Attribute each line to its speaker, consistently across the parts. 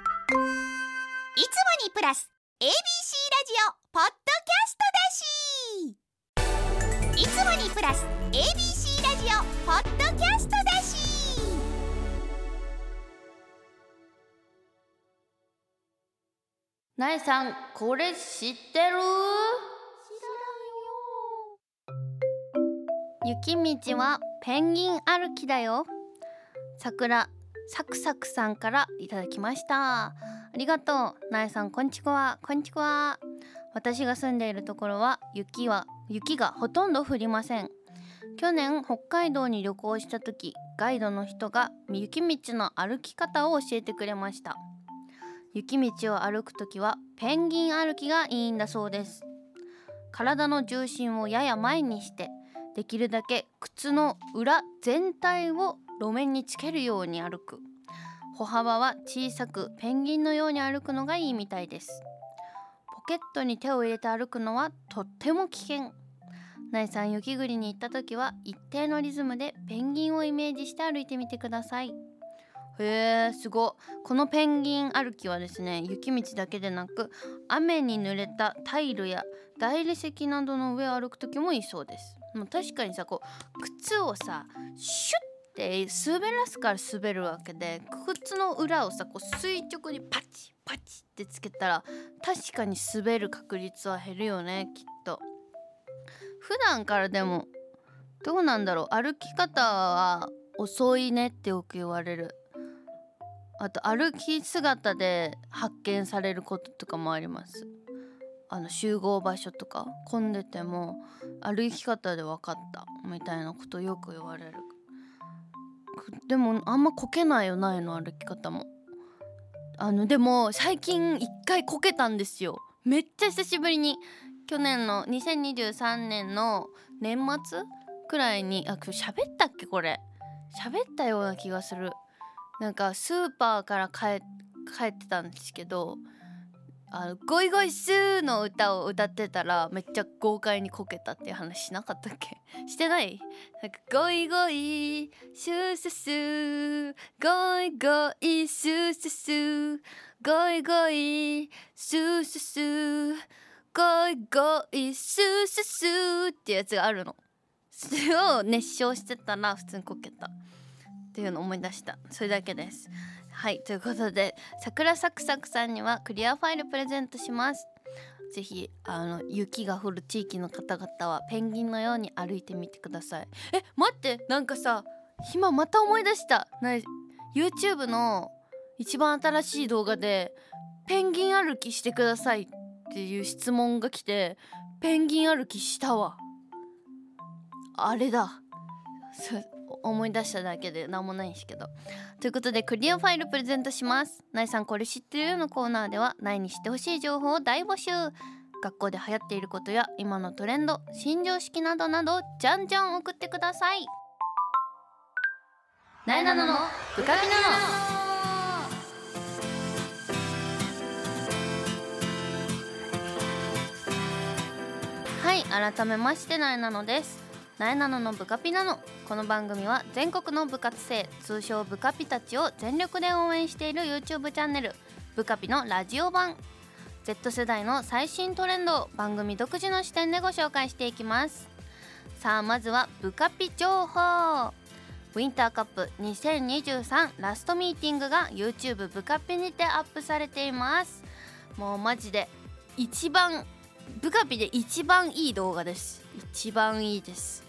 Speaker 1: いつもにプラス ABC ラジオポッドキャストだしいつもにプラス ABC ラジオポッドキャストだし
Speaker 2: なえさんこれ知ってる雪道はペンギン歩きだよ桜サクサクさんからいただきましたありがとうなえさんこんちくわこんちくわ私が住んでいるところは雪は雪がほとんど降りません去年北海道に旅行した時ガイドの人が雪道の歩き方を教えてくれました雪道を歩くときはペンギン歩きがいいんだそうです体の重心をやや前にしてできるだけ靴の裏全体を路面につけるように歩く歩幅は小さくペンギンのように歩くのがいいみたいですポケットに手を入れて歩くのはとっても危険ナイさん雪国に行った時は一定のリズムでペンギンをイメージして歩いてみてくださいへえすごこのペンギン歩きはですね雪道だけでなく雨に濡れたタイルや大理石などの上を歩く時もいいそうです、まあ、確かにさこう靴をさシュッて滑らすから滑るわけで靴の裏をさこう垂直にパチパチってつけたら確かに滑る確率は減るよねきっと普段からでもどうなんだろう歩き方は遅いねってよく言われるあと歩き姿で発見されることとかもありますあの集合場所とか混んでても歩き方で分かったみたいなことよく言われるくでもあんまこけないよないの歩き方もあのでも最近一回こけたんですよめっちゃ久しぶりに去年の2023年の年末くらいにあこれ喋ったっけこれ喋ったような気がするなんかスーパーから帰帰ってたんですけど「あのゴイゴイスー」の歌を歌ってたらめっちゃ豪快にこけたっていう話しなかったっけ してないなんか「ゴイゴイスースースーゴイゴイスースースーゴイゴイスースースーゴイゴイスースースー」ってやつがあるの。それを熱唱してたら普通にこけた。っていうのを思い出したそれだけですはいということで桜サクサクさんにはクリアファイルプレゼントしますぜひあの雪が降る地域の方々はペンギンのように歩いてみてくださいえ待ってなんかさ今また思い出したな YouTube の一番新しい動画でペンギン歩きしてくださいっていう質問が来てペンギン歩きしたわあれだ そう思い出しただけで何もないんですけどということでクリアファイルプレゼントしますナイさんこれ知ってるのコーナーではナイに知ってほしい情報を大募集学校で流行っていることや今のトレンド新常識などなどじゃんじゃん送ってくださいナイナノのブカビナノはい改めましてナイナノですなえなのの部下ピなのこの番組は全国の部活生通称部下ピたちを全力で応援している YouTube チャンネル部下ピのラジオ版 Z 世代の最新トレンドを番組独自の視点でご紹介していきますさあまずは部下ピ情報ウィンターカップ2023ラストミーティングが YouTube 部下ピにてアップされていますもうマジで一番部下ピで一番いい動画です一番いいです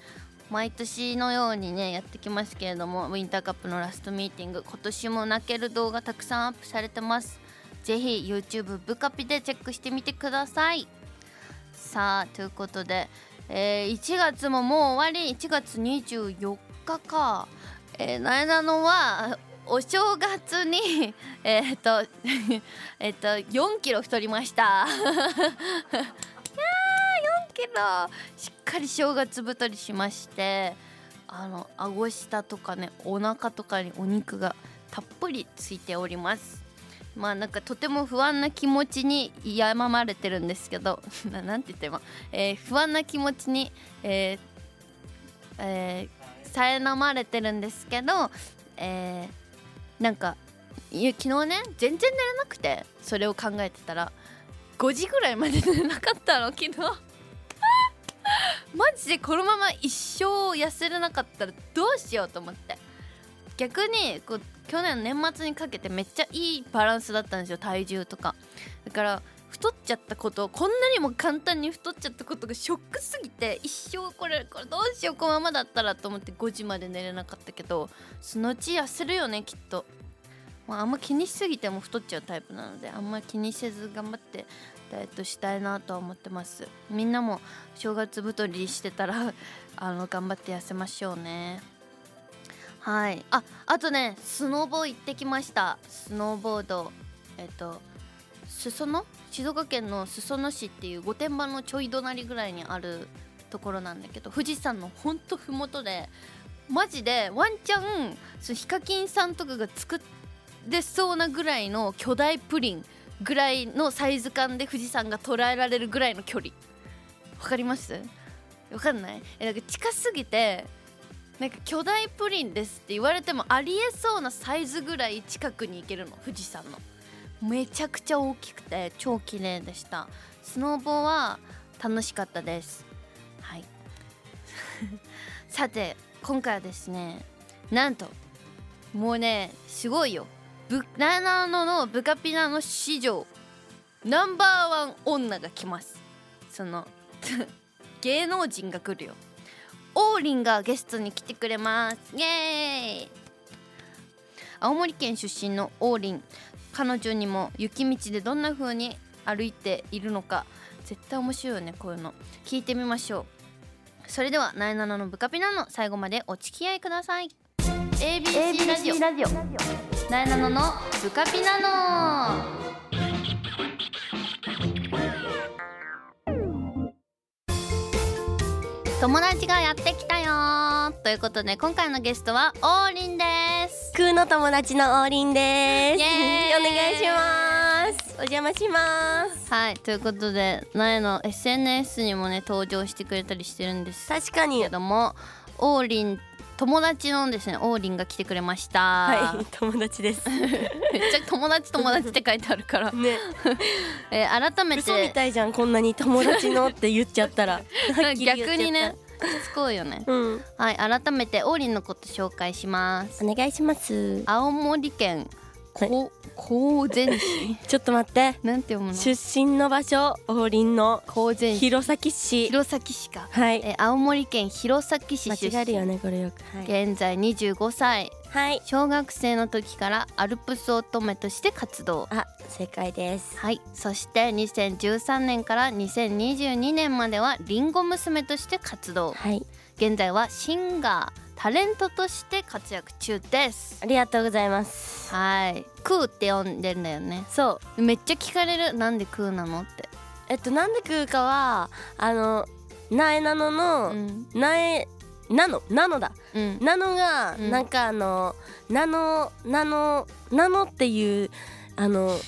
Speaker 2: 毎年のようにねやってきますけれどもウィンターカップのラストミーティング今年も泣ける動画たくさんアップされてますぜひ YouTube ブカピでチェックしてみてくださいさあということで、えー1月ももう終わり1月24日かえー、なえなのはお正月にえーっと えーっと4キロ太りましたいやー4キロしっかり正月太りしましてあの顎下とかねお腹とかにお肉がたっぷりついておりますまあなんかとても不安な気持ちにやままれてるんですけど ななんて言っても、えー不安な気持ちにえーえーさえなまれてるんですけど、えーなんかいや昨日ね全然寝れなくてそれを考えてたら5時ぐらいまで寝れなかったの昨日マジでこのまま一生痩せれなかったらどうしようと思って逆にこう去年年末にかけてめっちゃいいバランスだったんですよ体重とかだから太っちゃったことこんなにも簡単に太っちゃったことがショックすぎて一生これこれどうしようこのままだったらと思って5時まで寝れなかったけどそのうち痩せるよねきっと、まあ、あんま気にしすぎても太っちゃうタイプなのであんま気にせず頑張ってダイエットしたいなとは思ってますみんなも正月太りしてたら あの頑張って痩せましょうねはいああとねスノボ行ってきましたスノーボードえっと裾野静岡県の裾野市っていう御殿場のちょい隣ぐらいにあるところなんだけど富士山のほんと麓でマジでワンチャンそうヒカキンさんとかが作れそうなぐらいの巨大プリンぐらいのサイズ感で富士山が捉えられるぐらいの距離わかりますわかんないえなんか近すぎてなんか巨大プリンですって言われてもありえそうなサイズぐらい近くに行けるの富士山のめちゃくちゃ大きくて超綺麗でしたスノーボーは楽しかったですはい さて今回はですねなんともうねすごいよブラナノのブカピナの史上ナンバーワン女が来ますその 芸能人が来るよ王林がゲストに来てくれますイエーイ青森県出身の王林彼女にも雪道でどんな風に歩いているのか絶対面白いよねこういうの聞いてみましょうそれでは「ナイナナのブカピナ」の最後までお付き合いください ABC ラジオナイナナのブカピナの友達がやってきたよーということで今回のゲストは王林です
Speaker 3: 空の友達の王林です。
Speaker 2: イ エーイ
Speaker 3: お願いします。お邪魔します。
Speaker 2: はいということで苗の SNS にもね登場してくれたりしてるんです
Speaker 3: 確かに
Speaker 2: け。ども王林友達のですね王林が来てくれました、
Speaker 3: はい、友達です。
Speaker 2: めっちゃ友達友達って書いてあるから、
Speaker 3: ね、
Speaker 2: えー改め
Speaker 3: 嘘み
Speaker 2: て
Speaker 3: たいじゃん。こんなに友達のって言っちゃったら。はっきり言っちゃった
Speaker 2: 逆にね。しつこいよね
Speaker 3: うん。
Speaker 2: はい改めて王林のこと紹介します
Speaker 3: お願いします。
Speaker 2: 青森県
Speaker 3: はい
Speaker 2: こ高善市
Speaker 3: ちょっと待って。
Speaker 2: なんて読むの
Speaker 3: 出身の場所、王林の
Speaker 2: 高善市
Speaker 3: 弘前市。
Speaker 2: 弘前市か
Speaker 3: はい。
Speaker 2: えー青森県弘前市
Speaker 3: 間
Speaker 2: 出身
Speaker 3: 違えるよね、これよく。はい。
Speaker 2: 現在25歳
Speaker 3: はい。
Speaker 2: 小学生の時からアルプス乙女として活動
Speaker 3: あ、正解です。
Speaker 2: はいそして2013年から2022年まではりんご娘として活動
Speaker 3: はい。
Speaker 2: 現在はシンガータレントとして活躍中です
Speaker 3: ありがとうございます。
Speaker 2: はいクーって呼んでんだよね
Speaker 3: そう。
Speaker 2: めっちゃ聞かれるなんでクーなのって、
Speaker 3: えっと、なんで食うかは、あの、なえなのの。
Speaker 2: うん
Speaker 3: なえなのなのだ
Speaker 2: うん
Speaker 3: なのが、
Speaker 2: うん
Speaker 3: なんかあのなのなのなのっていうあの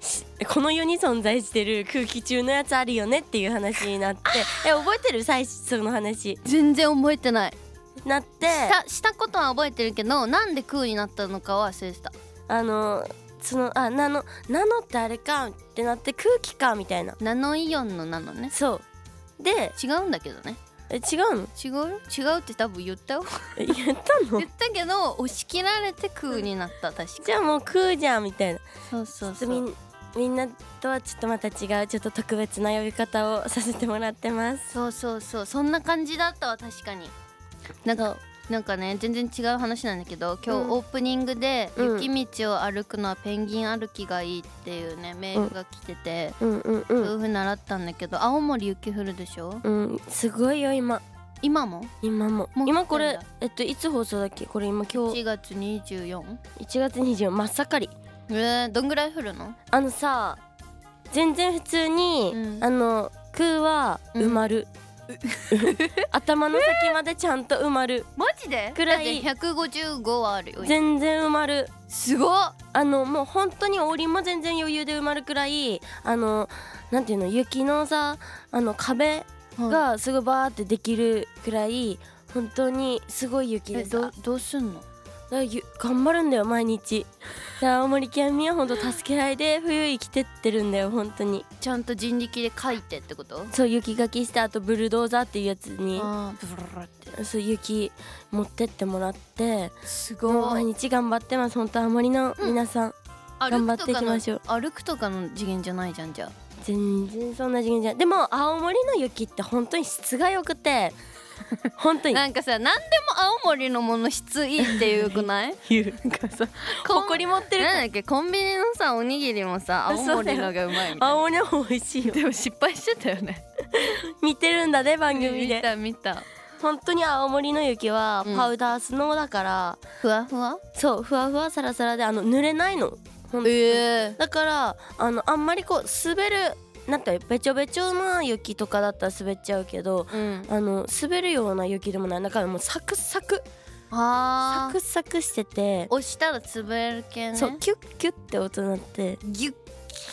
Speaker 3: しこの世に存在してる空気中のやつあるよねっていう話になってえ覚えてる最初その話
Speaker 2: 全然覚えてない
Speaker 3: なって
Speaker 2: したしたことは覚えてるけどなんでクーになったのかは忘れてた
Speaker 3: あのそのあなのなのってあれかってなって空気かみたいな
Speaker 2: ナノイオンのナノね
Speaker 3: そうで
Speaker 2: 違うんだけどね
Speaker 3: え違うの
Speaker 2: 違うよ違うって多分言 ったよ
Speaker 3: え言ったの
Speaker 2: 言ったけど押し切られてクーになった確か
Speaker 3: じゃあもう食うじゃんみたいな
Speaker 2: そうそう
Speaker 3: ち
Speaker 2: そ
Speaker 3: ょっとみ
Speaker 2: うん
Speaker 3: みんなとはちょっとまた違うちょっと特別な呼び方をさせてもらってます。
Speaker 2: そうそうそうそんな感じだったわ確かになんかなんかね全然違う話なんだけど今日
Speaker 3: うん
Speaker 2: オープニングで「
Speaker 3: うん
Speaker 2: 雪道を歩くのはペンギン歩きがいい」っていうねメールが来てて、
Speaker 3: うんうんう
Speaker 2: そうい
Speaker 3: ん
Speaker 2: うふうに習ったんだけど青森雪降るでしょ
Speaker 3: うん、すごいよ今
Speaker 2: 今も
Speaker 3: 今も
Speaker 2: もう
Speaker 3: 今こ
Speaker 2: 来
Speaker 3: れ
Speaker 2: てんだ
Speaker 3: えっといつ放送だっけこれ今今日
Speaker 2: 1月24
Speaker 3: 1月24真っ盛り
Speaker 2: えー、どんぐらい降るの
Speaker 3: あのさ全然普通に、
Speaker 2: うん
Speaker 3: あの空は埋まる、 頭の先までちゃんと埋まる
Speaker 2: マジで
Speaker 3: くらい
Speaker 2: だって155はあるよ
Speaker 3: 全然埋まる
Speaker 2: すごっ
Speaker 3: あのもう本当に王林も全然余裕で埋まるくらいあのなんていうの雪のさあの壁がすごいバーってできるくらい本当にすごい雪
Speaker 2: え
Speaker 3: で
Speaker 2: ど
Speaker 3: さ
Speaker 2: どうすんの
Speaker 3: らゆ頑張るんだよ毎日で青森県民は本当助け合いで冬生きてってるんだよ本当に
Speaker 2: ちゃんと人力で書いてってこと
Speaker 3: そう雪かきしてあとブルドーザーっていうやつに
Speaker 2: あーブルルルって
Speaker 3: そう雪持ってってもらって
Speaker 2: す
Speaker 3: もう
Speaker 2: ご
Speaker 3: 毎
Speaker 2: い
Speaker 3: 日頑張ってます本当青森の皆さん、頑張っていきましょう
Speaker 2: 歩くとかの歩くとかの次元じゃないじゃんじゃあ
Speaker 3: 全然そんな次元じゃないでも青森の雪って本当に質が良く て本当に
Speaker 2: なんかさ何でも青森のもの質いいっていうく ない
Speaker 3: 言うなんかさ誇り持ってる
Speaker 2: なんだっけコンビニのさおにぎり もさ青森のがうまいみたい
Speaker 3: 青森の方美味しいよ
Speaker 2: なでも失敗してたよね
Speaker 3: 見てるんだね番組
Speaker 2: 見
Speaker 3: で
Speaker 2: た見た
Speaker 3: 本当に青森の雪は
Speaker 2: うん
Speaker 3: パウダースノーだから、
Speaker 2: ふわふわ
Speaker 3: そうふわふわサラサラであの濡れないのほん
Speaker 2: ええ
Speaker 3: だからあのあんまりこう滑るなんかべちょべちょな雪とかだったら滑っちゃうけど
Speaker 2: うん
Speaker 3: あの滑るような雪でもないだからもうサクサクサ
Speaker 2: あー
Speaker 3: クサクしてて
Speaker 2: 押したら潰れる系ね
Speaker 3: そうキュッキュッって音なって
Speaker 2: ギュッ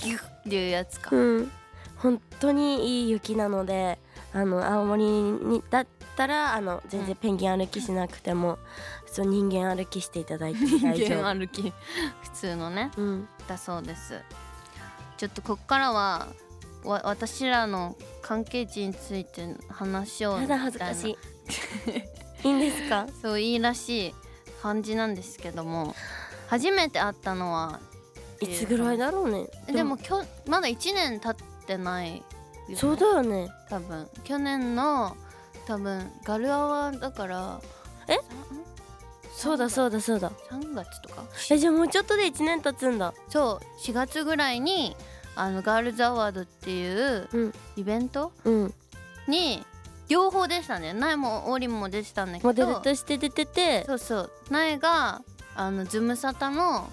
Speaker 2: ギュッっていうやつか
Speaker 3: うん本当にいい雪なのであの青森にだったらあの全然ペンギン歩きしなくても、そう人間歩きしていただいて
Speaker 2: 人
Speaker 3: 大丈
Speaker 2: 間
Speaker 3: 夫。
Speaker 2: 歩き普通のね
Speaker 3: うん、
Speaker 2: だそうですちょっとこっからはわ私らの関係値について話を
Speaker 3: ただ恥ずかし
Speaker 2: み
Speaker 3: い。 いいんですか
Speaker 2: たいな？そういいらしい感じなんですけども初めて会ったのはい
Speaker 3: つぐらいだろうね。
Speaker 2: えでもきょまだ1年経ってないよね
Speaker 3: そうだよね。
Speaker 2: 多分去年の多分ガルアワだから
Speaker 3: えそう
Speaker 2: 三
Speaker 3: だそうだそうだ。
Speaker 2: 3月とか
Speaker 3: えじゃあもうちょっとで一年経つんだ。
Speaker 2: そう4月ぐらいにあのガールズアワードっていう
Speaker 3: うん
Speaker 2: イベント
Speaker 3: うん。
Speaker 2: に両方出てたんだよ苗も王林も出てたんだけど
Speaker 3: モデルとして出てて、
Speaker 2: そうそう苗があのズムサタの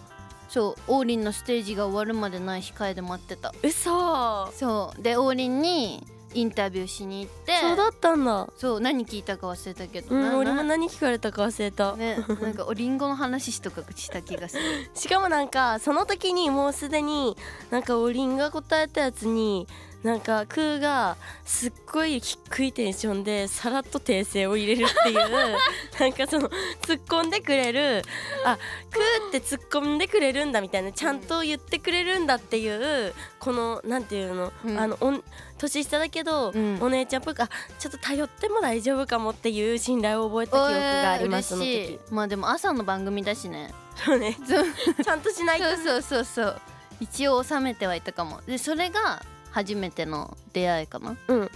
Speaker 2: そう王林のステージが終わるまでない控えで待ってた
Speaker 3: 嘘。
Speaker 2: そうで王林にインタビューしに行って
Speaker 3: そうだったんだ。
Speaker 2: そう何聞いたか忘れたけど、
Speaker 3: う、
Speaker 2: なん
Speaker 3: 俺も
Speaker 2: な
Speaker 3: 何聞かれたか忘れた。
Speaker 2: ね、なんかおりんごの話とかした気がする
Speaker 3: しかもなんかその時にもうすでになんかおりんが答えたやつになんかクーがすっごい低いテンションでさらっと訂正を入れるっていう なんかその突っ込んでくれるあクーって突っ込んでくれるんだみたいなちゃんと言ってくれるんだっていうこのなんていうの,、
Speaker 2: うん
Speaker 3: あのおん年下だけど、
Speaker 2: うん
Speaker 3: お姉ちゃんっぽくあちょっと頼っても大丈夫かもっていう信頼を覚えた記憶がありますそ
Speaker 2: お
Speaker 3: の
Speaker 2: ー嬉し
Speaker 3: 時
Speaker 2: いまあでも朝の番組だしね
Speaker 3: そうね
Speaker 2: そう
Speaker 3: ちゃんとしないと
Speaker 2: そうそうそうそう一応収めてはいたかもでそれが初めての出会いかな
Speaker 3: うん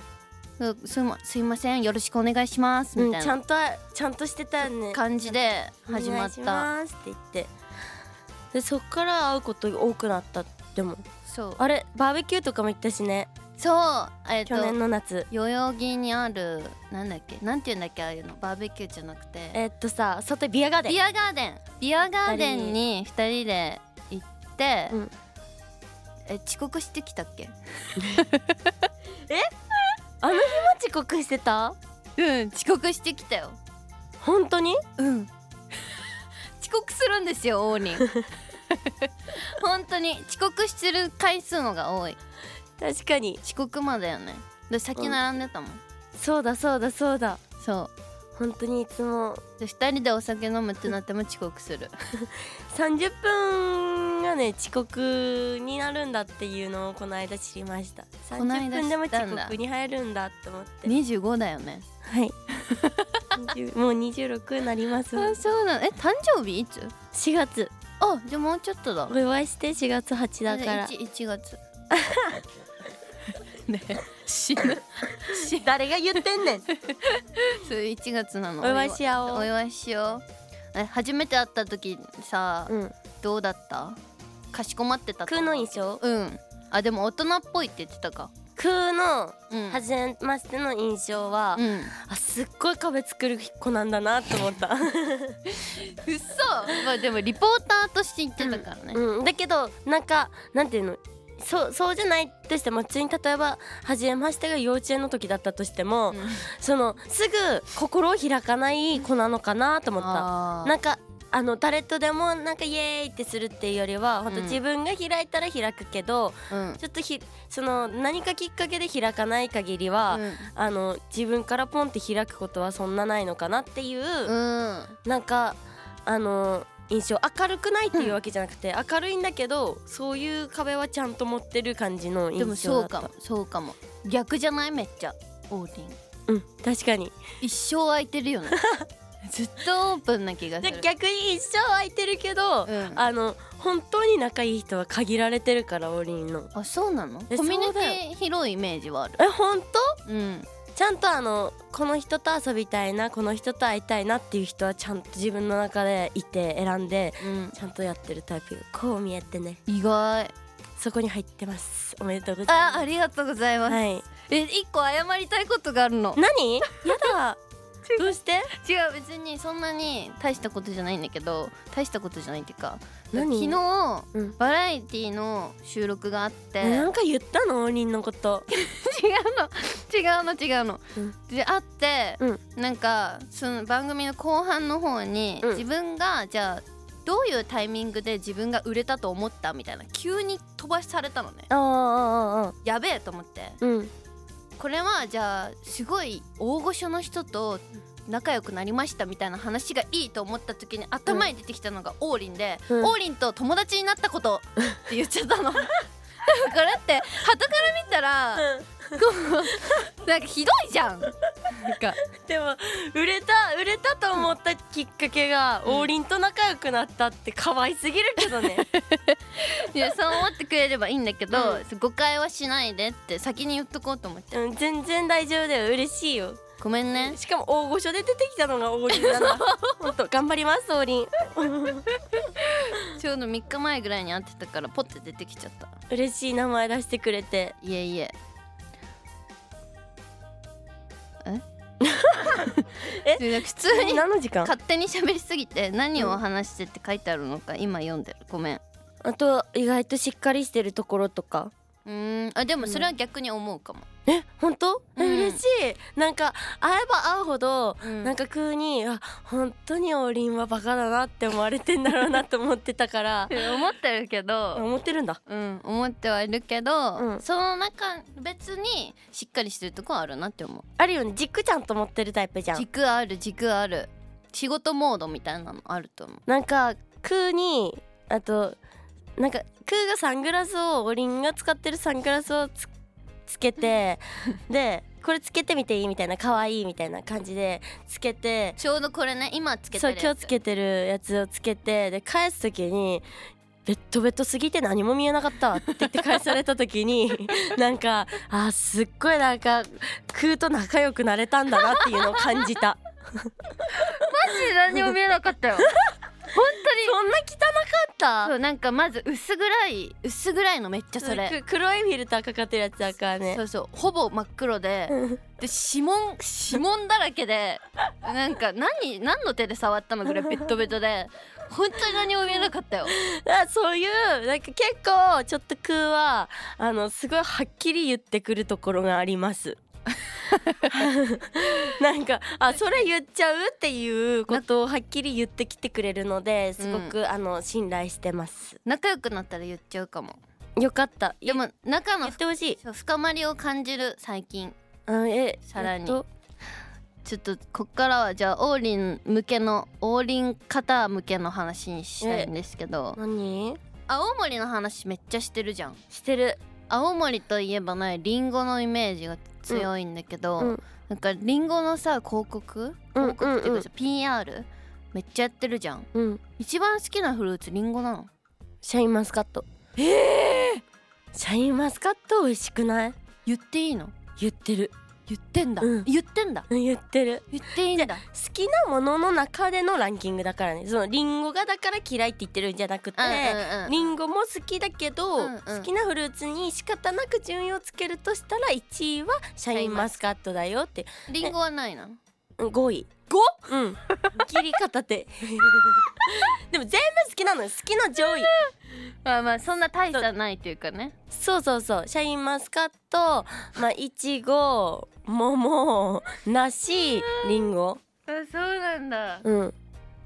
Speaker 2: うすいますいませんよろしくお願いしますみた
Speaker 3: うん、ち
Speaker 2: い
Speaker 3: ゃ
Speaker 2: なん
Speaker 3: とちゃんとしてたよね
Speaker 2: 感じで始ま
Speaker 3: お
Speaker 2: った
Speaker 3: 願いしますって言ってでそっから会うことが多くなったでも
Speaker 2: そう
Speaker 3: あれバーベキューとかも行ったしね
Speaker 2: そうえっ、
Speaker 3: 去年
Speaker 2: と
Speaker 3: の夏
Speaker 2: 代々木にあるなんだっけなんていうんだっけああいうのバーベキューじゃなくて
Speaker 3: えーっとさ外ビアガーデン
Speaker 2: ビアガーデンビアガーデンに2人で行って、
Speaker 3: うん
Speaker 2: え遅刻してきたっけ
Speaker 3: あの日も遅刻してた
Speaker 2: うん遅刻してきたよ
Speaker 3: 本当に
Speaker 2: うん。遅刻するんですよ、 王林。本当に遅刻してる回数のが多い。
Speaker 3: 確かに
Speaker 2: 遅刻まだよね。で、先並んでたもん。
Speaker 3: そうだそうだそうだ
Speaker 2: そ
Speaker 3: 本当にいつも
Speaker 2: う。で、二人でお酒飲むってなっても遅刻する。
Speaker 3: 30分がね遅刻になるんだっていうのをこの間知りました
Speaker 2: この
Speaker 3: 30
Speaker 2: 間知ったんだ
Speaker 3: 分でも遅刻に入るんだって思って
Speaker 2: 二十五だよね。
Speaker 3: はい。20もう二十六になります。
Speaker 2: あ、そうなの。え、誕生日いつ。
Speaker 3: 四月、
Speaker 2: あ、じゃ、もうちょっとだ
Speaker 3: お。祝いして四月八だから
Speaker 2: 一、。一 月。ねえ、死ぬ。死ぬ。
Speaker 3: 誰が言ってんねん。
Speaker 2: そう、一月なの。
Speaker 3: お祝いし合お
Speaker 2: お
Speaker 3: う。
Speaker 2: 祝いしよう。え、初めて会った時さ。
Speaker 3: うん、
Speaker 2: どうだったかしこまってたと
Speaker 3: 空
Speaker 2: 思う
Speaker 3: の印象。
Speaker 2: うんあでも大人っぽいって言ってたか
Speaker 3: 空の
Speaker 2: うん
Speaker 3: 初めましての印象は、
Speaker 2: うん
Speaker 3: あ、すっごい壁作る子なんだなと思った。
Speaker 2: うそまあでもリポーターとして言ってたか らね、
Speaker 3: うん、だけど、なんか、なんていうの。そうそうじゃないとしても普通に例えば初めましてが幼稚園の時だったとしても、
Speaker 2: うん
Speaker 3: そのすぐ心を開かない子なのかなと思った
Speaker 2: あー
Speaker 3: なんかあの誰とでもなんかイエーイってするっていうよりは本当
Speaker 2: うん
Speaker 3: 自分が開いたら開くけど、
Speaker 2: うん
Speaker 3: ちょっとひその何かきっかけで開かない限りは、
Speaker 2: うん
Speaker 3: あの自分からポンって開くことはそんなないのかなっていう、
Speaker 2: うん
Speaker 3: なんかあの印象明るくないっていうわけじゃなくて、明るいんだけどそういう壁はちゃんと持ってる感じの印
Speaker 2: で
Speaker 3: 象
Speaker 2: もそ
Speaker 3: だ
Speaker 2: う
Speaker 3: った
Speaker 2: かもそうかも逆じゃないめっちゃオーディン
Speaker 3: うん確かに
Speaker 2: 一生空いてるよね ずっとオープンな気がす
Speaker 3: で
Speaker 2: る
Speaker 3: 逆に一生空いてるけど、
Speaker 2: うん
Speaker 3: あの本当に仲いい人は限られてるからおりんの
Speaker 2: あそうなの
Speaker 3: え
Speaker 2: コミュニ
Speaker 3: そうだ
Speaker 2: ティ広いイメージはある
Speaker 3: え本当
Speaker 2: うん
Speaker 3: ちゃんとあのこの人と遊びたいなこの人と会いたいなっていう人はちゃんと自分の中でいて選んで
Speaker 2: うん
Speaker 3: ちゃんとやってるタイプこう見えてね
Speaker 2: 意外
Speaker 3: そこに入ってますおめでとうございま
Speaker 2: あ
Speaker 3: す
Speaker 2: ありがとうございます、
Speaker 3: はい
Speaker 2: え一個謝りたいことがあるの
Speaker 3: 何やだどうして
Speaker 2: 違う別にそんなに大したことじゃないんだけど大したことじゃないっていうか昨
Speaker 3: 何
Speaker 2: 日、
Speaker 3: うん
Speaker 2: バラエティの収録があって、違
Speaker 3: な
Speaker 2: うん
Speaker 3: か言ったのおりんのこと
Speaker 2: の違うの違うの、
Speaker 3: うん
Speaker 2: であって、
Speaker 3: うん
Speaker 2: なんかその番組の後半の方に、
Speaker 3: うん
Speaker 2: 自分がじゃあどういうタイミングで自分が売れたと思ったみたいな急に飛ばされたのね
Speaker 3: ああああ
Speaker 2: やべえと思って
Speaker 3: うん
Speaker 2: これはじゃあすごい大御所の人と仲良くなりましたみたいな話がいいと思った時に頭に出てきたのが王林で、
Speaker 3: うん
Speaker 2: 王林と友達になったことって言っちゃったの。 でもこれって旗から見たら、こうなんかひどいじ ゃん。なんか
Speaker 3: でも売れた売れたと思ったきっかけが、
Speaker 2: うん
Speaker 3: 王林と仲良くなったって可愛すぎるけど ね
Speaker 2: いやそう思ってくれればいいんだけど、
Speaker 3: う
Speaker 2: 誤解はしないでって先に言っとこうと思って。
Speaker 3: うん全然大丈夫だよ嬉しいよ
Speaker 2: ごめんね。
Speaker 3: しかも大御所で出てきたのが王林なん だほんと頑張ります王林
Speaker 2: ちょうど3日前ぐらいに会ってたからポッて出てきちゃった。
Speaker 3: 嬉しい名前出してくれて
Speaker 2: いえいえ。 え
Speaker 3: え
Speaker 2: でなんか普通に
Speaker 3: 何の時間
Speaker 2: 勝手に喋りすぎて何を話してって書いてあるのか今読んでるごめん
Speaker 3: あと意外としっかりしてるところとか
Speaker 2: うーんあでもそれは逆に思うかも、
Speaker 3: え本当、え
Speaker 2: うん
Speaker 3: 嬉しいなんか会えば会うほど
Speaker 2: うん
Speaker 3: なんか急にあ本当に王林はバカだなって思われてんだろうなと思ってたから
Speaker 2: 思ってるけど
Speaker 3: 思ってるんだ
Speaker 2: うん思ってはいるけど、
Speaker 3: うん
Speaker 2: その中別にしっかりしてるとこはあるなって思う
Speaker 3: あるよね軸ちゃんと思ってるタイプじゃん
Speaker 2: 軸ある軸ある仕事モードみたいなのあると思う
Speaker 3: なんか空にあとなんか空がサングラスをオリンが使ってるサングラスをつつけ てでこれつけてみていいみたいな可愛いみたいな感じでつけて
Speaker 2: ちょうどこれね今つけて
Speaker 3: そう
Speaker 2: る
Speaker 3: 今日つけてるやつをつけてで返す時にベッドベッドすぎて何も見えなかったって言って返された時 になんかあーすっごいなんか空と仲良くなれたんだなっていうのを感じた
Speaker 2: 何も見えなか ったよ本
Speaker 3: そんな汚かった
Speaker 2: そうなんかまず薄暗い薄暗いのめっちゃそれ
Speaker 3: く黒いフィルターかかってるやつだからね
Speaker 2: そうそうほぼ真っ黒で、
Speaker 3: うん
Speaker 2: で指紋指紋だらけでなんか何何の手で触ったのぐらいベッドベッドで本当に何も見えなかったよ
Speaker 3: あそういうなんか結構ちょっと空はあのすごいはっきり言ってくるところがあります。 なんかあそれ言っちゃうっていうことをはっきり言ってきてくれるのですごく、あの信頼してます。
Speaker 2: 仲良くなったら言っちゃうかも
Speaker 3: よかった。
Speaker 2: でも仲
Speaker 3: 言
Speaker 2: の
Speaker 3: ってほしい。
Speaker 2: そう深まりを感じる最近
Speaker 3: うんえ
Speaker 2: さらに
Speaker 3: えっと
Speaker 2: ちょっとこっからはじゃあ王林向けの王林方向けの話にしたいんですけど
Speaker 3: 何
Speaker 2: 青森の話めっちゃしてるじゃん
Speaker 3: してる。
Speaker 2: 青森といえばねリンゴのイメージが強いんだけど、
Speaker 3: うん
Speaker 2: なんかリンゴのさ広告
Speaker 3: うん
Speaker 2: 広告っていううん
Speaker 3: う
Speaker 2: か
Speaker 3: ん
Speaker 2: さ PR めっちゃやってるじゃん
Speaker 3: うん
Speaker 2: 一番好きなフルーツリンゴなの
Speaker 3: シャインマスカット。ええシャインマスカット美味しくない？
Speaker 2: 言っていいの
Speaker 3: 言ってる。
Speaker 2: 言ってんだ、
Speaker 3: うん
Speaker 2: 言ってんだ
Speaker 3: うん 言ってる。
Speaker 2: 言っていいんだ
Speaker 3: 好きなものの中でのランキングだからねそのリンゴがだから嫌いって言ってるんじゃなくて、
Speaker 2: うんうんうん
Speaker 3: リンゴも好きだけど、
Speaker 2: うんうん
Speaker 3: 好きなフルーツに仕方なく順位をつけるとしたら1位はシャインマスカットだよって
Speaker 2: リンゴはないな
Speaker 3: うん5位 5? うん切り方手 でも全部好きなのよ好きの上位
Speaker 2: まあまあそんな大差ないというかね
Speaker 3: そうそうそうシャインマスカットまあいちご桃梨リンゴ
Speaker 2: あそうなんだ
Speaker 3: うん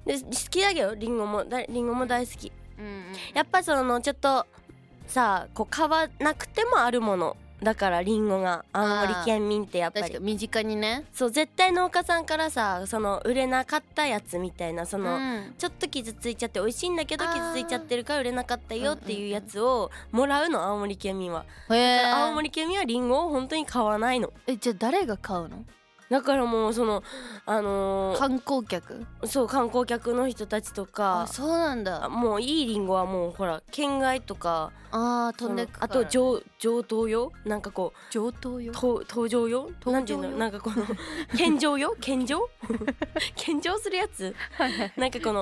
Speaker 3: で好きだけどリンゴもだリンゴも大好き
Speaker 2: うんうん
Speaker 3: やっぱそのちょっとさこう買わなくてもあるものだからリンゴが青森県民ってやっぱ
Speaker 2: 確か
Speaker 3: り
Speaker 2: に身近にね
Speaker 3: そう絶対農家さんからさその売れなかったやつみたいなその、
Speaker 2: うん
Speaker 3: ちょっと傷ついちゃって美味しいんだけど
Speaker 2: あー
Speaker 3: 傷ついちゃってるから売れなかったよっていうやつをもらうの青森県民は、だ
Speaker 2: へ
Speaker 3: か
Speaker 2: え
Speaker 3: ら青森県民はリンゴを本当に買わないの
Speaker 2: えじゃあ誰が買うの
Speaker 3: だからもうそのあのー
Speaker 2: 観光客
Speaker 3: そう観光客の人たちと
Speaker 2: あ
Speaker 3: か
Speaker 2: そうなんだ
Speaker 3: もういいリンゴはもうほら県外とか
Speaker 2: あー飛んでく
Speaker 3: そ
Speaker 2: か
Speaker 3: のあと
Speaker 2: ら
Speaker 3: 上上等用なんかこう
Speaker 2: 上等よ
Speaker 3: と登場用
Speaker 2: 等
Speaker 3: なんていうの
Speaker 2: 用
Speaker 3: なんかこ の献上用献上 献上するやつなんかこの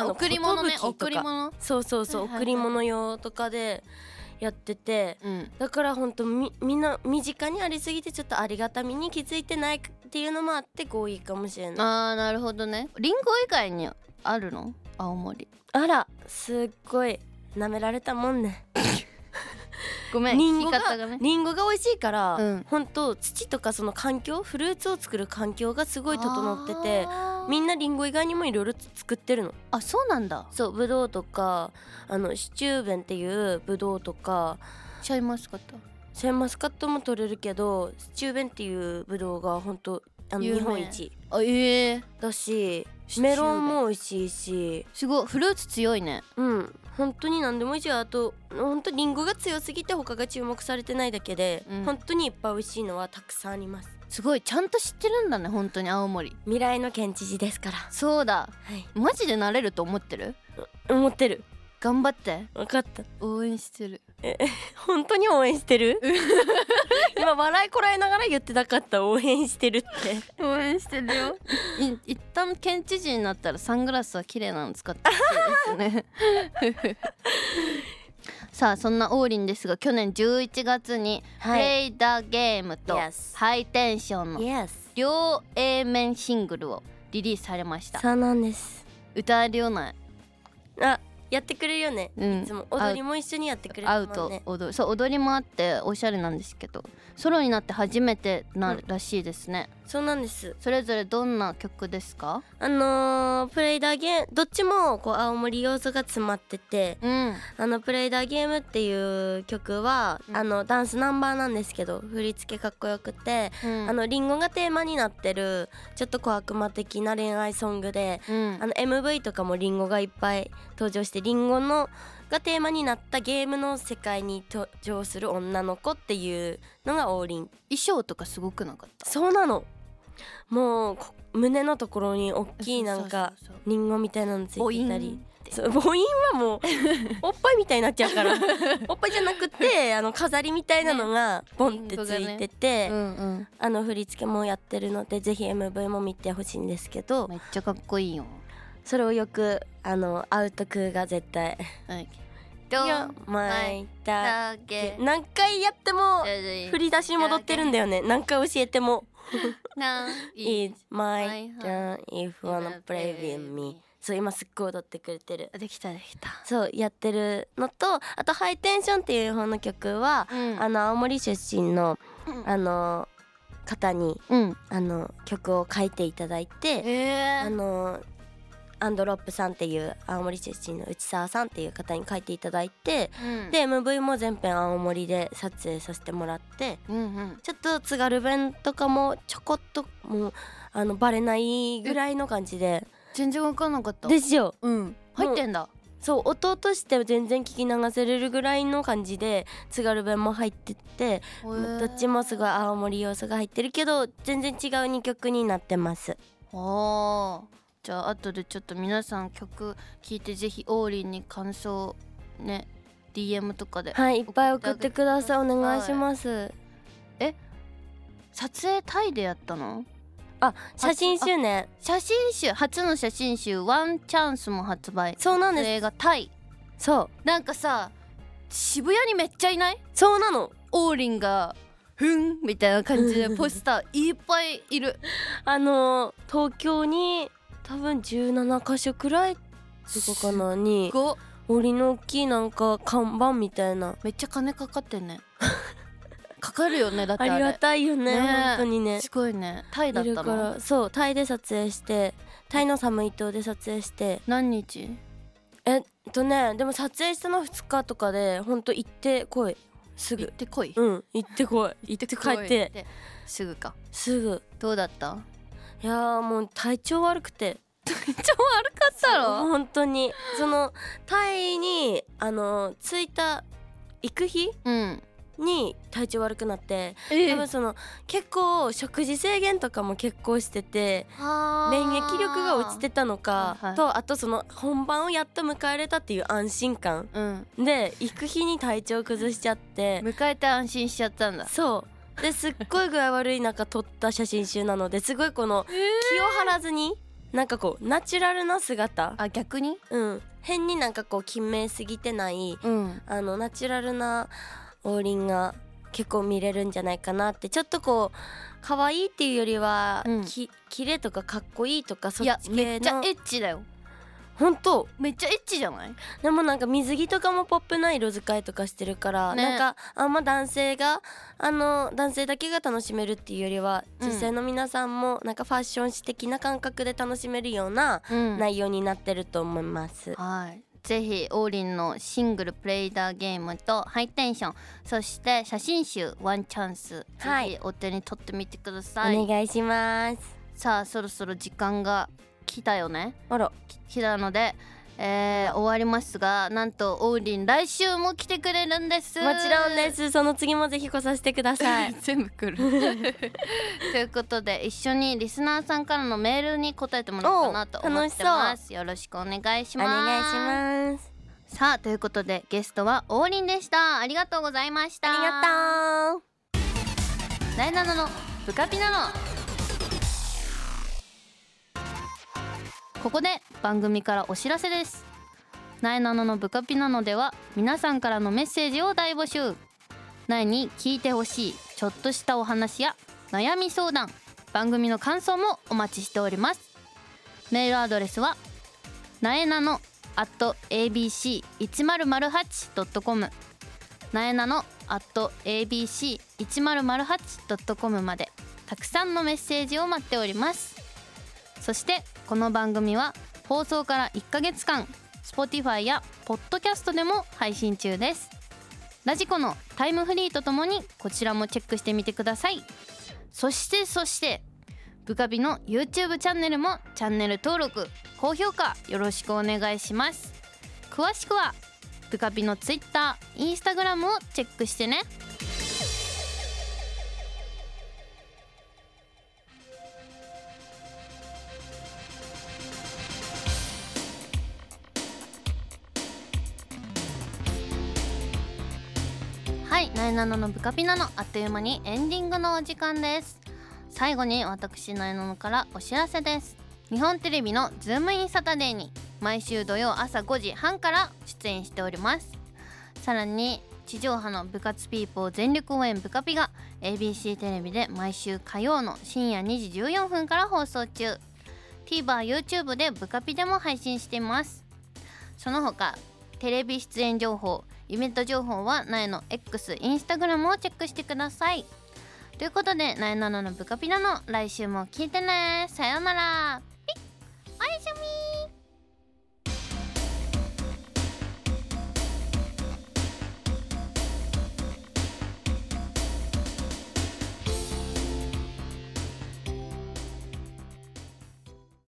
Speaker 3: あ
Speaker 2: ー
Speaker 3: の
Speaker 2: 贈り物ね
Speaker 3: 寿とか
Speaker 2: 贈り物
Speaker 3: そうそうそう、
Speaker 2: はいはいはい
Speaker 3: 贈り物用とかでやってて
Speaker 2: うん
Speaker 3: だからほんとみみんな身近にありすぎてちょっとありがたみに気づいてないっていうのもあってこういいかもしれない
Speaker 2: あーなるほどねリンゴ以外にあるの青森
Speaker 3: あらすっごい舐められたもんね
Speaker 2: ごめん
Speaker 3: リン
Speaker 2: 聞
Speaker 3: ゴ
Speaker 2: き
Speaker 3: が
Speaker 2: 方がね
Speaker 3: リンゴが美味しいから、
Speaker 2: うん
Speaker 3: ほんと土とかその環境フルーツを作る環境がすごい整ってて
Speaker 2: あー
Speaker 3: みんなリンゴ以外にもいろいろ作ってるの
Speaker 2: あそうなんだ
Speaker 3: そうブドウとかあのシチューベンっていうブドウとか
Speaker 2: シャインマスカット
Speaker 3: シャインマスカットも取れるけどシチューベンっていうブドウが本当あの
Speaker 2: 有名
Speaker 3: 日本一
Speaker 2: あええー、
Speaker 3: だし
Speaker 2: シチューベ
Speaker 3: メ
Speaker 2: ン
Speaker 3: ロンも美味しいし
Speaker 2: すごいフルーツ強いね
Speaker 3: うん本当に何でも美味しいあと本当リンゴが強すぎて他が注目されてないだけで、
Speaker 2: うん
Speaker 3: 本当にいっぱい美味しいのはたくさんあります
Speaker 2: すごいちゃんと知ってるんだね本当に青森
Speaker 3: 未来の県知事ですから
Speaker 2: そうだ
Speaker 3: はい
Speaker 2: マジでなれると思ってる
Speaker 3: 思ってる
Speaker 2: 頑張って
Speaker 3: 分かった
Speaker 2: 応援してる
Speaker 3: 本当に応援して る今笑いこらえながら言ってなかった応援してるって
Speaker 2: 応援してるよい一旦県知事になったらサングラスは綺麗なの使ってほしいですね さあそんな王林ですが去年11月に「プ
Speaker 3: い
Speaker 2: レイダーゲーム」と
Speaker 3: Yes
Speaker 2: 「ハイテンション」の
Speaker 3: Yes
Speaker 2: 両 A 面シングルをリリースされました
Speaker 3: そうなんです
Speaker 2: 歌えるような、
Speaker 3: あやってくれるよね
Speaker 2: うん、
Speaker 3: いつも踊りも一緒にやってくれるも
Speaker 2: ア
Speaker 3: ん
Speaker 2: ウ
Speaker 3: ね
Speaker 2: ト踊りそう踊りもあっておしゃれなんですけどソロになって初めてなるらしいですね、
Speaker 3: そうなんです
Speaker 2: それぞれどんな曲ですか
Speaker 3: あのープレイダーゲーどっちもこう青森要素が詰まってて
Speaker 2: うん
Speaker 3: あのプレイダーゲームっていう曲は、
Speaker 2: うん
Speaker 3: あのダンスナンバーなんですけど振り付けかっこよくて、
Speaker 2: うん
Speaker 3: あのリンゴがテーマになってるちょっと小悪魔的な恋愛ソングで
Speaker 2: うん
Speaker 3: あの MV とかもリンゴがいっぱい登場してリンゴのがテーマになったゲームの世界に登場する女の子っていうのが王林
Speaker 2: 衣装とかすごくなかった
Speaker 3: そうなのもうこ胸のところに大きいなんか
Speaker 2: そうそう
Speaker 3: リンゴみたいなのつ
Speaker 2: そう
Speaker 3: いてた
Speaker 2: ボイ
Speaker 3: り
Speaker 2: ン
Speaker 3: そう母音はもうおっぱいみたいになっちゃう からおっぱいじゃなくてあの飾りみたいなのがボンってついてて、
Speaker 2: うんうん
Speaker 3: あの振り付けもやってるのでぜひ MV も見てほしいんですけど
Speaker 2: めっちゃかっこいいよ
Speaker 3: それをよくあのアウトクーが絶対
Speaker 2: はい
Speaker 3: 「
Speaker 2: ど
Speaker 3: よ
Speaker 2: ん
Speaker 3: まいた
Speaker 2: だけ」
Speaker 3: 何回やっても振
Speaker 2: 振
Speaker 3: り出しに戻ってるんだよね何回教えても
Speaker 2: な
Speaker 3: 「It's
Speaker 2: は
Speaker 3: my
Speaker 2: いは
Speaker 3: turn if you wanna play with me」そう今すっごい踊ってくれてる
Speaker 2: できたできた
Speaker 3: そうやってるのとあと「ハイテンション」っていう方の曲は、
Speaker 2: うん
Speaker 3: あの青森出身の
Speaker 2: うん
Speaker 3: あの方に
Speaker 2: うん
Speaker 3: あの曲を書いていただいて、あ
Speaker 2: え
Speaker 3: のアンドロップさんっていう青森出身の内沢さんっていう方に書いていただいて、で MV も全編青森で撮影させてもらって
Speaker 2: うんうん
Speaker 3: ちょっと津軽弁とかもちょこっともうあのバレないぐらいの感じで
Speaker 2: 全然わかんなかった
Speaker 3: ですよ
Speaker 2: うん入ってんだ
Speaker 3: そう音として全然聞き流せれるぐらいの感じで津軽弁も入ってってどっちもすごい青森要素が入ってるけど全然違う2曲になってます
Speaker 2: あーじゃあ後でちょっと皆さん曲聴いてぜひ王林に感想ね DM とかで
Speaker 3: はいいっぱい送ってくださいお願いします
Speaker 2: 撮影タイでやったの
Speaker 3: あ写真集ね
Speaker 2: 写真集初の写真集「ワンチャンス」も発売
Speaker 3: そうなん
Speaker 2: 撮
Speaker 3: です
Speaker 2: 影がタイ
Speaker 3: そう
Speaker 2: なんかさ渋谷にめっちゃいない
Speaker 3: そうなの
Speaker 2: 王林が「ふん」みたいな感じで ポスターいっぱいいる
Speaker 3: あの東京に多分17箇所くらいそこかなに
Speaker 2: ご
Speaker 3: 森の大きいなんか看板みたいな
Speaker 2: めっちゃ金かかってんねかかるよねだって
Speaker 3: あり
Speaker 2: あれ
Speaker 3: がたいよね
Speaker 2: ね
Speaker 3: 本当にね
Speaker 2: すごいねタイだっ
Speaker 3: いる
Speaker 2: た
Speaker 3: か
Speaker 2: の
Speaker 3: らそうタイで撮影してタイの寒い島で撮影して
Speaker 2: 何日
Speaker 3: えっとねでも撮影したの2日とかでほんと行ってこいす
Speaker 2: 行っ
Speaker 3: ぐ
Speaker 2: てこい、
Speaker 3: うん行ってこい行って帰っ
Speaker 2: 来い
Speaker 3: て
Speaker 2: すぐか
Speaker 3: すぐ
Speaker 2: どうだった
Speaker 3: いやーもう体調悪くて
Speaker 2: めっちゃ悪かったろ
Speaker 3: 本当にそのタイにあの着いた行く日
Speaker 2: うん
Speaker 3: に体調悪くなって
Speaker 2: え
Speaker 3: 多分その結構食事制限とかも結構してて免
Speaker 2: 免
Speaker 3: 疫力が落ちてたのか
Speaker 2: はいはい
Speaker 3: とあとその本番をやっと迎えれたっていう安心感
Speaker 2: うん
Speaker 3: で行く日に体調崩しちゃって
Speaker 2: 迎えて安心しちゃったんだ
Speaker 3: そうですっごい具合悪い中撮った写真集なのですごいこの気を張らずになんかこうナチュラルな姿、
Speaker 2: あ逆に
Speaker 3: うん、変になんかこう決めすぎてない
Speaker 2: うん
Speaker 3: あのナチュラルな王林が結構見れるんじゃないかなってちょっとこう可愛いっていうよりは、
Speaker 2: うん
Speaker 3: き綺麗とかかっこいいとかそ
Speaker 2: い
Speaker 3: っ
Speaker 2: や
Speaker 3: ち系
Speaker 2: めっちゃ
Speaker 3: の
Speaker 2: エッチだよ
Speaker 3: 本当
Speaker 2: めっちゃエッチじゃない
Speaker 3: でもなんか水着とかもポップな色使いとかしてるから、
Speaker 2: ね
Speaker 3: なんかあんま男性があの男性だけが楽しめるっていうよりは
Speaker 2: うん
Speaker 3: 女性の皆さんもなんかファッション誌的な感覚で楽しめるような
Speaker 2: うん
Speaker 3: 内容になってると思います。
Speaker 2: はいぜひ王林のシングルプレイダーゲームとハイテンションそして写真集ワンチャンス、
Speaker 3: はい
Speaker 2: ぜひお手に取ってみてください
Speaker 3: お願いします。
Speaker 2: さあそろそろ時間が来たよね
Speaker 3: あら、
Speaker 2: き来たので、えー終わりますがなんと王林来週も来てくれるんです
Speaker 3: もちろんです。その次もぜひ来させてくだ さい。
Speaker 2: 全部来る ということで一緒にリスナーさんからのメールに答えてもらおうかなと思ってますよろしくお願いし
Speaker 3: お
Speaker 2: ます
Speaker 3: 願いします。
Speaker 2: すさあということでゲストは王林でしたありがとうございました
Speaker 3: ありがとう。
Speaker 2: ナイナナのブカピナのここで番組からお知らせですナイナナのブカピナのでは皆さんからのメッセージを大募集ナイに聞いてほしいちょっとしたお話や悩み相談番組の感想もお待ちしておりますメールアドレスはなえなの at abc1008.com なえなの at abc1008.com までたくさんのメッセージを待っておりますそしてこの番組は放送から1ヶ月間 Spotify や Podcast でも配信中ですラジコのタイムフリーとともにこちらもチェックしてみてくださいそしてそしてブカビの YouTube チャンネルもチャンネル登録高評価よろしくお願いします詳しくはブカビの Twitter、Instagram をチェックしてねはい、ナイナノのブカピナのあっという間にエンディングのお時間です最後に私ナイナノからお知らせです日本テレビのズームインサタデーに毎週土曜朝5時半から出演しておりますさらに地上波の部活ピーポー全力応援ブカピが ABC テレビで毎週火曜の深夜2時14分から放送中 TVerYouTube でブカピでも配信していますその他テレビ出演情報イベント情報はなえの X インスタグラムをチェックしてくださいということでなえなののブカピナの来週も聞いてねさようなら